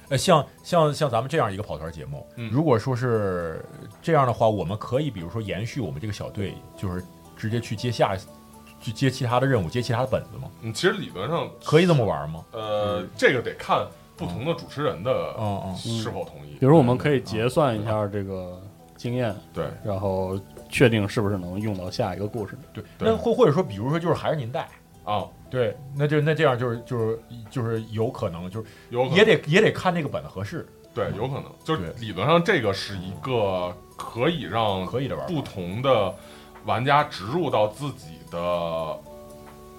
呃，像像像咱们这样一个跑团节目，
嗯
如果说是这样的话，我们可以比如说延续我们这个小队，就是直接去接下去接其他的任务，接其他的本子吗？
*laughs* 嗯，其实理论上
可以这么玩吗？
呃，这个得看不同的主持人的
嗯嗯。
是否同意
比。如我们可以结算一下这个经验，
对，
然后确定是不是能用到下一个故事。
对，
对
那或或者说，比如说就是还是您带，
啊，
对，那就那这样就是就是就是有可能就是
有可
也
能
得也得看这个本子合适，
对，有可能，就是
对
理论上这个是一个可以让
可以的玩法。
不同的玩家植入到自己的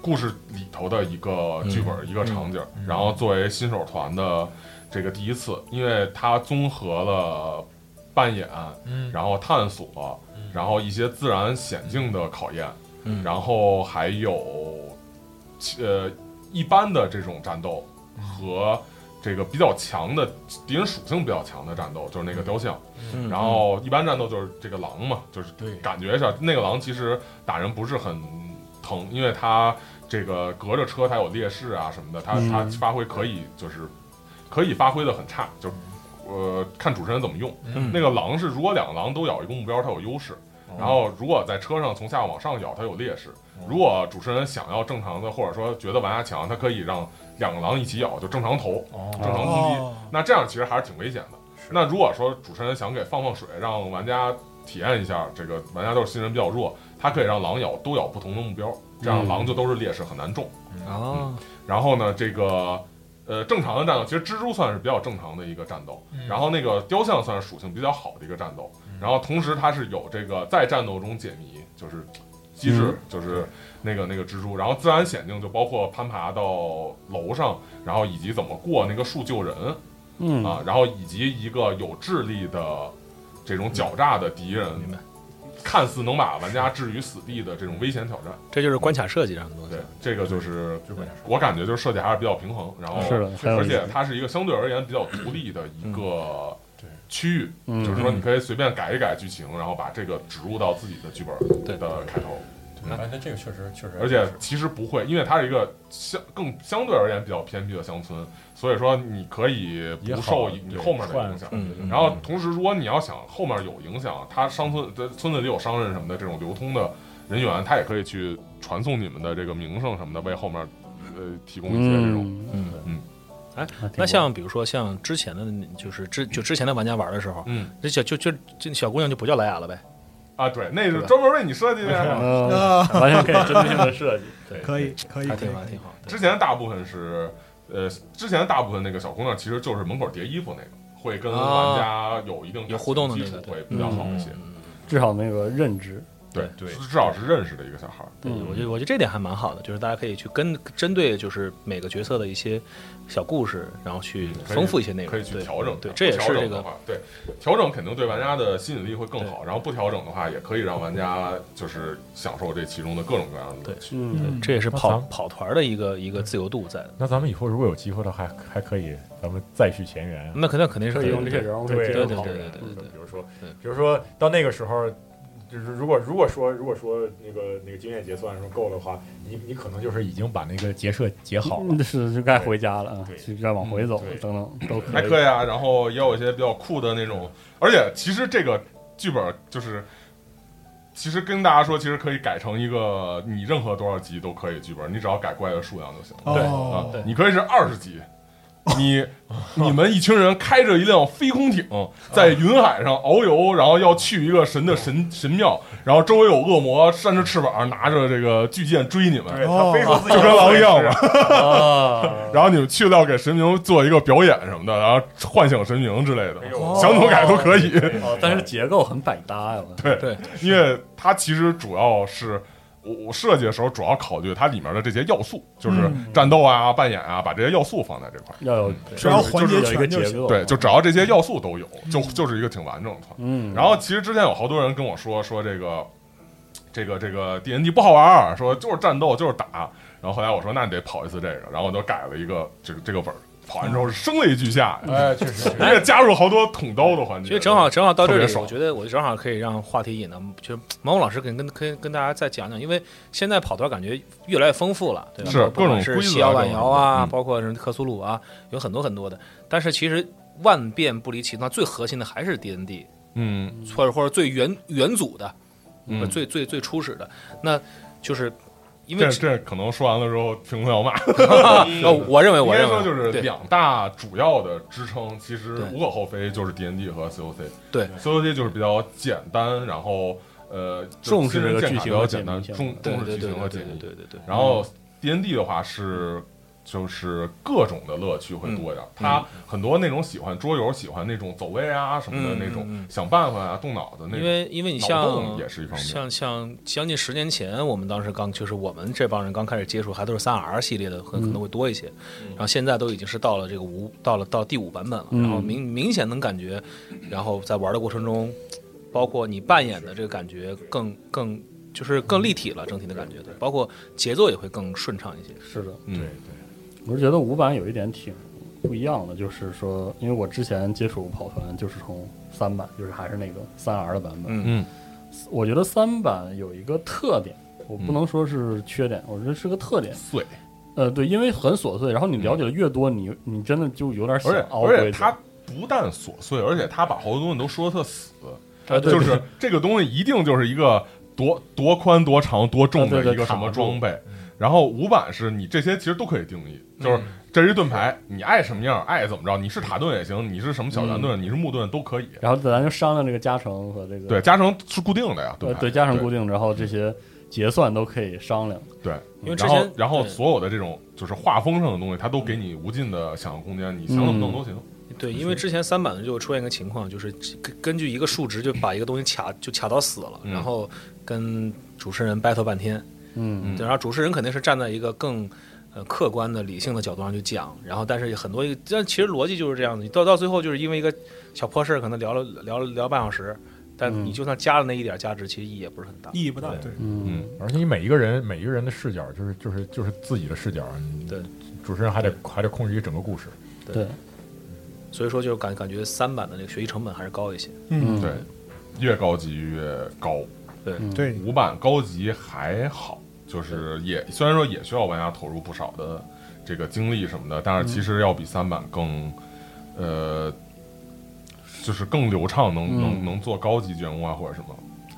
故事里头的一个剧本、一个场景，
嗯
然后作为新手团的这个第一次，因为它综合了扮演，
嗯
然后探索，
嗯
然后一些自然险境的考验，
嗯
然后还有呃一般的这种战斗和。这个比较强的敌人属性比较强的战斗就是那个雕像，
嗯
然后一般战斗就是这个狼嘛，就是
对
感觉一下，那个狼其实打人不是很疼，因为它这个隔着车它有劣势啊什么的，它
嗯
它发挥可以就是可以发挥的很差，就是呃看主持人怎么用。
嗯
那个狼是如果两个狼都咬一个目标，它有优势；然后如果在车上从下往上咬，它有劣势。如果主持人想要正常的，或者说觉得玩家强，他可以让两个狼一起咬，就正常投、正常攻击。
哦，
那这样其实还是挺危险的。那如果说主持人想给放放水，让玩家体验一下，这个玩家都是新人比较弱，他可以让狼咬都咬不同的目标，这样狼就都是劣势，很难中。
啊，
然后呢，这个呃正常的战斗，其实蜘蛛算是比较正常的一个战斗，
嗯
然后那个雕像算是属性比较好的一个战斗，
嗯
然后同时它是有这个在战斗中解谜，就是机
嗯
制，就是那个那个蜘蛛，然后自然险境就包括攀爬到楼上，然后以及怎么过那个树救人，
嗯
啊，然后以及一个有智力的这种狡诈的敌人，
明白
看似能把玩家置于死地的这种危险挑战。
这就是关卡设计上的东西
对。，这个就是
就是本来说
我感觉就是设计还是比较平衡，然后
是的很有
而
意
且
思
哦它是一个相对而言比较独立的一个
对
区域，
嗯
就是说你可以随便改一改剧情，然后把这个植入到自己的剧本
对
的开头。嗯
哎那这个确实确实，
而且其实不会，因为它是一个相更相对而言比较偏僻的乡村，所以说你可以
也
不受
好
你
对
后面的
串
影响。
嗯嗯
然后同时，如果你要想后面有影响，他商村在村子里有商人什么的这种流通的人员，他也可以去传送你们的这个名声什么的，为后面呃提供一些这种。
嗯，
嗯
嗯，
哎，
还啊挺
那像比如说像之前的，就是之就之前的玩家玩的时候，
嗯
这小就就这小姑娘就不叫莱雅了呗。
啊，对，那是专门为你设计的
*laughs* 不
呀。
错
啊，
嗯，完全可以针对性的设计。
可以，可以，
还
可以
挺，好，还挺好。对
之前大部分是，呃，之前大部分那个小姑娘其实就是门口叠衣服那个，会跟
啊
玩家有一定
有互动的那
基
个
础
对嗯
会比较好一些。
至少那个认知，
对
对
至少是认识的一个小孩儿。
对，
嗯
我觉得我觉得这点还蛮好的，就是大家可以去跟针对就是每个角色的一些小故事，然后去
嗯可以
丰富一些内容，
可以去
对
调整它。
对，这也
调
是
整
这
的
个
话对调整肯定对玩家的吸引力会更好，然后不调整的话，也可以让玩家就是享受这其中的各种各样的
对
乐趣。
嗯，
这也是
那
跑
咱们
跑团的一个一个自由度在的。
那咱们以后如果有机会的话，还还可以，咱们再续前缘。
那肯定肯定是
可
很
以用这些人物可以
对
接
对
着
对
讨
对
论
对对
嗯
对对
比如说
对，
比如说到那个时候，就是如果如果说如果说那个那个经验结算说够的话，你你可能就是已经把那个结社结好了。
嗯，是就该回家了啊
对，
就该往回走
嗯对
等等都可
还
以。
可以啊，然后也有一些比较酷的那种，而且其实这个剧本就是。其实跟大家说，其实可以改成一个你任何多少级都可以剧本，你只要改怪的数量就行了。啊
哦，
对
你可以是二十级，你 *laughs* 你们一群人开着一辆飞空艇在云海上遨游，然后要去一个神的神神庙，然后周围有恶魔扇着翅膀拿着这个巨剑追你们，
对他非说自己
就跟狼一样嘛。
啊，
然后你们去了要给神明做一个表演什么的，然后唤醒神明之类的
哎，
哦
呦，
想怎么改都可以， *laughs*
哦但是结构很百搭呀。
因为它其实主要是。我我设计的时候主要考虑它里面的这些要素，就是
嗯
战斗啊、扮演啊，把这些要素放在这块儿。
*laughs* 要有
只
就
要
是
环节
有一个
全就
结
行。
构，啊
对，就只要这些要素都有，就
嗯
就是一个挺完整的团。
嗯，
然后其实之前有好多人跟我说说这个这个这个 D N D 不好玩儿，说就是战斗就是打。然后后来我说那你得跑一次这个，然后我就改了一个这个这个本儿，跑完之后是声泪俱下呀，
嗯哎，确
*laughs*
实，
而且加入好多捅刀的环节。
其实正好正好到这
特别
里，
爽
我觉得我正好可以让话题引到，就是毛姆老师跟跟跟跟大家再讲讲，因为现在跑团感觉越来越丰富了，对吧？
是
包括
各种
是
规则啊
西摇
各
万
种
摇啊，
嗯
包括什么克苏鲁啊，有很多很多的。但是其实万变不离其宗，最核心的还是 D N D，
嗯
或者或者最元元祖的，
嗯，
最最最初始的，那就是因为
这这可能说完了之后评论要骂。
呃，我认为
应
我
该
认为
说就是
对
两大主要的支撑，其实
对
无可厚非就是 D N D 和 C O C。嗯
对
，C O C 就是比较简单，然后呃
重视这个
新人
剧
建
情
卡比
和
较
解
简
谜
单，
性
重
对
重视
对
剧
对
情和
对
解
对
谜。
对对对，
然后
嗯
D N D 的话是就是各种的乐趣会
嗯
多一点，它很多那种喜欢桌游、喜欢那种走位啊什么的
嗯
那种、
嗯嗯
想办法啊、动脑子那
因
种。
为因为你
脑
像
洞也是一方面
像像将近十年前，我们当时刚就是我们这帮人刚开始接触，还都是三 R 系列的，可可能会多一些。
嗯
然后现在都已经是到了这个五，到了到第五版本了，然后明明显能感觉，然后在玩的过程中，包括你扮演的这个感觉更更就是更立体了，整体的感觉，对，包括节奏也会更顺畅一些。
是的，
嗯
对
我是觉得五版有一点挺不一样的，就是说，因为我之前接触跑团就是从三版，就是还是那个三 R 的版本。
嗯
嗯
我觉得三版有一个特点，我不能说是缺
嗯
点，我觉得是个特点。
碎，
呃，对，因为很琐碎，然后你了解的越多，你你真的就有点想
而且
熬
而且
规则
它不但琐碎，而且它把好多东西都说的特死。
啊对
就是这个东西一定就是一个多多宽、多长、多重
啊对
的
对
一个什么
卡住
装备。然后五版是你这些其实都可以定义，
嗯
就是这是一盾牌，你爱什么样爱怎么着，你是塔盾也行，你是什么小圆
嗯
盾，你是木盾都可以。
然后咱就商量这个加成和这个
对，加成是固定的呀，
呃
牌
对加上固定，然后这些结算都可以商量。
对。
因为之
然后
前，
然后
对
所有的这种就是画风上的东西，它都给你无尽的想象空间，你想怎么弄都行。
对，因为之前三版的就有出现一个情况，就是根根据一个数值就把一个东西卡就卡到死了，
嗯
然后跟主持人 battle 半天，
嗯，
对然后主持人肯定是站在一个更呃客观的理性的角度上去讲，然后但是很多一个，但其实逻辑就是这样子，你到到最后就是因为一个小破事儿，可能聊了聊了聊半小时，但
嗯
你就算加了那一点价值，其实意义也不是很大。
意义不大，对，
嗯，
而且你每一个人每一个人的视角，就是就是就是自己的视角，你
对，
主持人还得还得控制一个整个故事。
对，
所以说就是感感觉三版的那个学习成本还是高一些。
嗯，
对，越高级越高。
对，
五版高级还好，就是也虽然说也需要玩家投入不少的这个精力什么的，但
嗯
是其实要比三版更，呃，就是更流畅，能、
嗯
能能做高级卷物啊或者什么。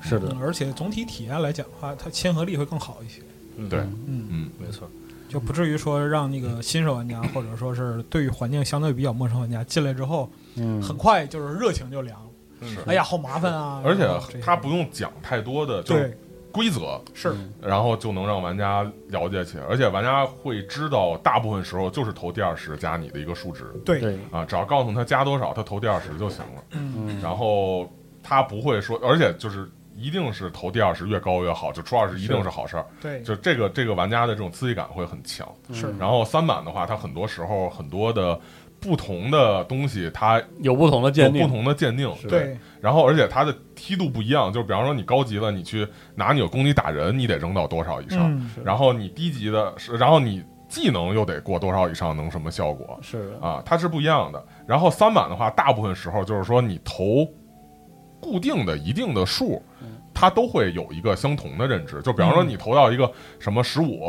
是的
嗯，而且总体体验来讲的话，它亲和力会更好一些，
嗯，
对
嗯，
嗯，
没错。
就不至于说让那个新手玩家或者说是对于环境相对比较陌生玩家进来之后，
嗯，
很快就是热情就凉了，
是
哎呀，好麻烦啊！
而
然后这
且
些
它不用讲太多的就是
对
规则，
是
然后就能让玩家了解起来，而且玩家会知道大部分时候就是投第二十加你的一个数值
对，
对，
啊，只要告诉他加多少，他投第二十就行了。
嗯
嗯，
然后他不会说，而且就是一定是投第二十越高越好，就出二十一定是好事儿。
对，
就嗯这个这个玩家的这种刺激感会很强。
是
然后三版的话，它很多时候很多的不同的东西，它
有不同的
有
鉴
不
定，
同的鉴定。
是
对，
对
然后而且它的梯度不一样，就是比方说你高级了，你去拿你有攻击打人，你得扔到多少以上。
嗯，
然后你低级的是，然后你技能又得过多少以上能什么效果
是的
啊？它是不一样的。然后三版的话，大部分时候就是说你投固定的一定的数
嗯，
它都会有一个相同的认知。就比方说
嗯
你投到一个什么十五。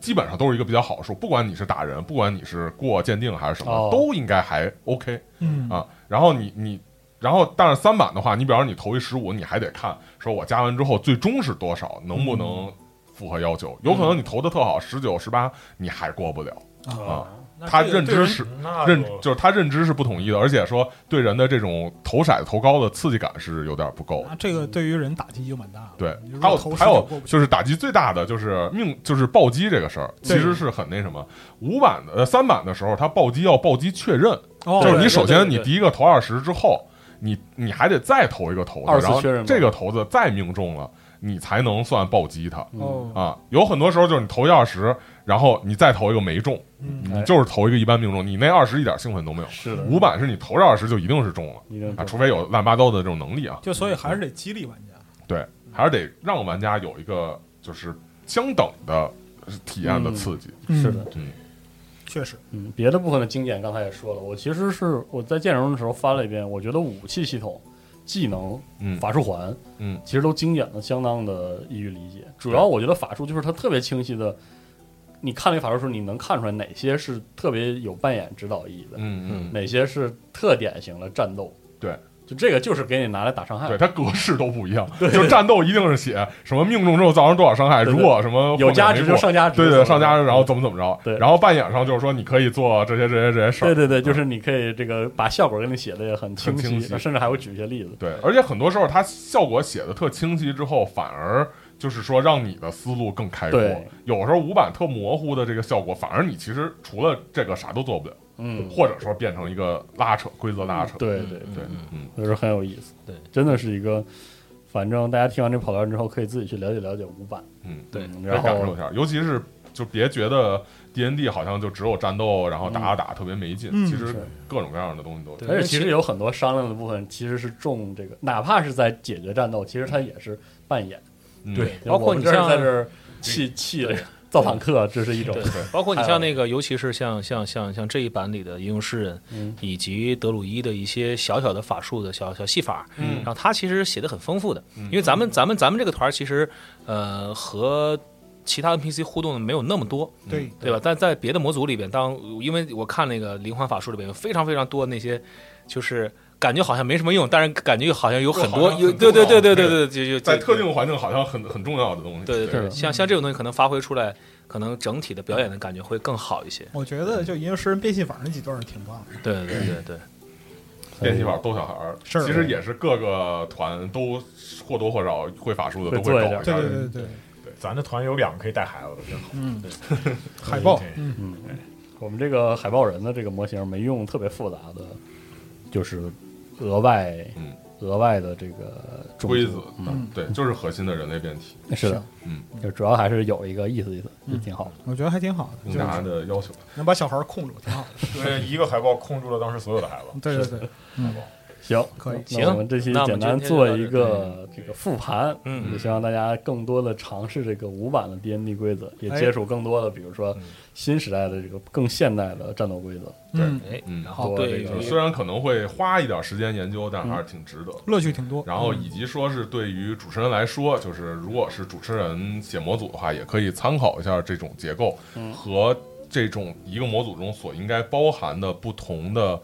基本上都是一个比较好的数，不管你是打人，不管你是过鉴定还是什么，
哦
都应该还 OK。
嗯，
啊，然后你你，然后但是三版的话，你比方说你投一十五，你还得看说我加完之后最终是多少，能不
嗯
能符合要求？有可能你投的特好，十九、十八你还过不了，啊他认知是
那
认
就
就是他认知是不统一的，而且说对人的这种投骰子投高的刺激感是有点不够的。
那这个对于人打击就蛮大的。
嗯对
啊你如，果
还有
投
还
19
有
过不去
就是打击最大的就是命就是暴击这个事儿，其
对
实是很那什么。五版的呃三版的时候，它暴击要暴击确认，
哦，
就是
对
你首
对
先
对
你
对
第一个投二十之后，你你还得再投一个投子，
二次
然后
确认吗
这个投子再命中了，你才能算暴击它
嗯
哦，
啊。有很多时候就是你投一二十，然后你再投一个没中，
嗯，
你
哎
就是投一个一般命中，你那二十一点兴奋都没有。
是的，
五版是你投这二十就一定是中了
一定
啊，除
非
非有乱八糟的这种能力啊，
就所以还是得激励玩家。
对，还是得让玩家有一个就是相等的体验的刺激。
嗯
是的，
嗯，
确实，
嗯，别的部分的经典刚才也说了，我其实是我在见容的时候翻了一遍，我觉得武器系统、技能、
嗯
法术环，
嗯
其实都经典的相当的易于理解。主要我觉得法术就是它特别清晰的，你看那个法术的时候，你能看出来哪些是特别有扮演指导意义的，
嗯嗯，
哪些是特典型的战斗。
对，
就这个就是给你拿来打伤害
嗯对，它格式都不一样，就战斗一定是写什么命中之后造成多少伤害，
对
如
对
果什么
有
后面
价
没
值
过
就上价值，
对对，上家然后
走。
怎么怎么着，
对
然后扮演上就是说你可以做这些这些这些事
对
儿，嗯
对对，就是你可以这个把效果给你写的也很清晰，
清晰
甚至还会举一些例子。
对，而且很多时候它效果写的特清晰之后，反而就是说让你的思路更开阔
对。
有时候五版特模糊的这个效果，反而你其实除了这个啥都做不了，
嗯，
或者说变成一个拉扯规则拉扯。
对对对，
对，嗯，
就是很有意思。
对，
真的是一个，反正大家听完这跑团之后，可以自己去了解了解五版。
嗯
对
来
然
感受
后
一下，尤其是就别觉得 D N D 好像就只有战斗，然后打打打特别没劲，
嗯
其实
是
各种各样的东西都有。
对
而且其实有很多商量的部分，其实是重这个，哪怕是在解决战斗，其实它也是扮演。
嗯
对，
就是
包括
我们
你
这儿
像
在这儿气气
对
造坦克，这是一种
对
对，
包括你
太好
像那个，尤其是像像像像这一版里的吟游诗人，
嗯
以及德鲁伊的一些小小的法术的小小戏法，
嗯
然后他其实写的很丰富的，因为咱们咱们咱们这个团儿其实呃和其他 NPC 互动的没有那么多，
嗯
对，
对吧？但在别的模组里边，当因为我看那个灵幻法术里边有非常非常多那些，就是感觉好像没什么用，但是感觉好像有很
又好
多
像
有
很
对对
重要
对对对对，就就
在
就
特定环境好像很很重要的东西。
对对
是
对，像像这种东西可能发挥出来，可能整体的表演的感觉会更好一些。
我觉得就《吟游诗人》变戏法那几段儿挺棒
嗯
的。
对对对对，
练习法逗小孩儿，
是
其实也是各个团都或多或少会法术的
会
都
做一
会
点
搞
儿
对对
对
对对，
咱这团有两个可以带孩子的，真好。
嗯，海报
对对，
嗯，
嗯，我们这个海豹人的这个模型没用特别复杂的，就是额外、
嗯
额外的这个种族
规则，
嗯，
对，就是核心的人类变体，
是的，
嗯，
就主要还是有一个意思意思，也
嗯
挺好的。
我觉得还挺好的，
更
就
加
是
的要求。
能把小孩儿控住，挺好的。
就是一个海报控住了当时所有的孩子。
对对对，嗯
行，
可以
那我们这期简单做一个这个复盘，
嗯
也希望大家更多的尝试这个五版的 D N D 规则，也
哎
接触更多的，比如
嗯
说新时代的这个更现代的战斗规则。
嗯，
哎，
嗯
然
好
后对
这
就是
于
虽然可能会花一点时间研究，但还是挺值得的。
乐趣挺多。嗯
然后以及说是对于主持人来说，就是如果是主持人写模组的话，也可以参考一下这种结构
嗯
和这种一个模组中所应该包含的不同的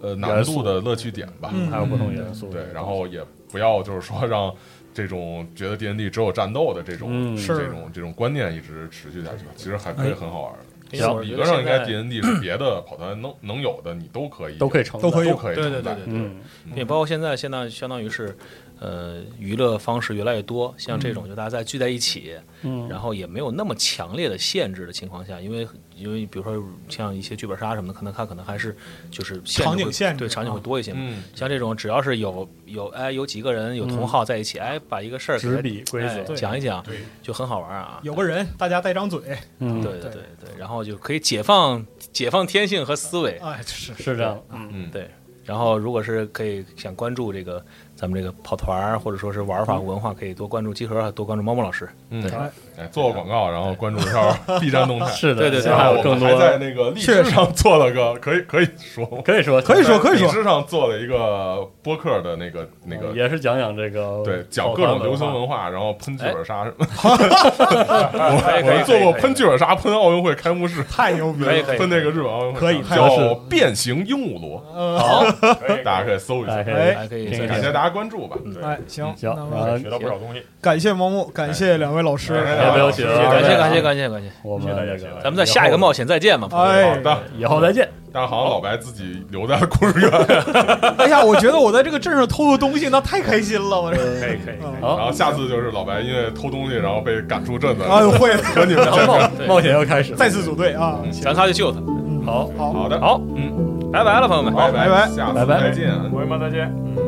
呃难
元
度
素
的乐趣点吧。
嗯
还有不同元素，
对，然后也不要就是说让这种觉得 D N D 只有战斗的这种、
嗯
是
这种这种观念一直持续下去，其实还可以
哎
很好玩的。
因为我
理
觉
论
得
上应
现
该
在
D N D 是别的跑团能能有的，你都可以
都可以
以
承
都可以
都
有
可以
对对
承载
对对对
嗯，
也包括现在，现在相当于是，呃娱乐方式越来越多，像这种就大家在聚在一起，
嗯，
然后也没有那么强烈的限制的情况下，因为因为比如说像一些剧本杀什么的，可能它可能还是就是限制
场景
会
限制
对场景会多一些嘛。
嗯，
像这种只要是有有哎有几个人有同好在一起，哎把一个事儿给
纸
它
笔规
哎
则，
讲一讲
对，
就很好玩啊。
有个人，大家带张嘴，
嗯，
对对
对
对，然后就可以解放解放天性和思维。
哎，是
是这样，嗯，
嗯，
对，然后如果是可以想关注这个咱们这个跑团儿或者说是玩法文化，可以多关注集合，多关注猫猫老师。
嗯
对，
哎，做个广告，然后关注一下 B 站动态。
是的，
对对对
现在还有
我
更
们还在
多，
那个荔枝上做了个，可以可以说吗，
可以说
可以说可以
荔
说，
枝上做了一个播客的那个那个，
也是讲讲这个
对，讲
宝
各
藏
种流行
文化
文化，然后喷剧本杀什么的。
可以
我
可以
们做过
可以
喷剧本杀，喷奥运会开幕式，
太牛
*laughs*
逼
可以
了，
可以
喷那个日本奥运会，
可以太
叫
合适
《变形鹦鹉螺
好，
可以》，
大家可以搜一下
哎，。
哎
还可以
听一
再
听
感谢大家关注吧。
嗯
对，
哎，行，
行，
那
然
么
后
学到不少东西。
感谢毛木，感谢两位老师，
哎
也不用谢，
感谢感谢感谢感谢，
我们这个
咱们在下一个冒险再见吧。朋友们
哎
好的，
以后再见，
但是好像老白自己留在了故事院，
*laughs* 哎呀，我觉得我在这个镇上偷偷东西，那太开心了，我这，
可以可以，
嗯
然后下次就是老白因为偷东西，然后被赶出镇子。
*laughs* 哎呦，会了，
和你们见面。
对
冒险又开始，
再次组队啊，
咱仨就救他。
嗯
好。
好。
好的，
好，
嗯，
拜拜了，朋友们。
拜
拜拜
下次
拜拜
再见。啊
朋友们再见。嗯。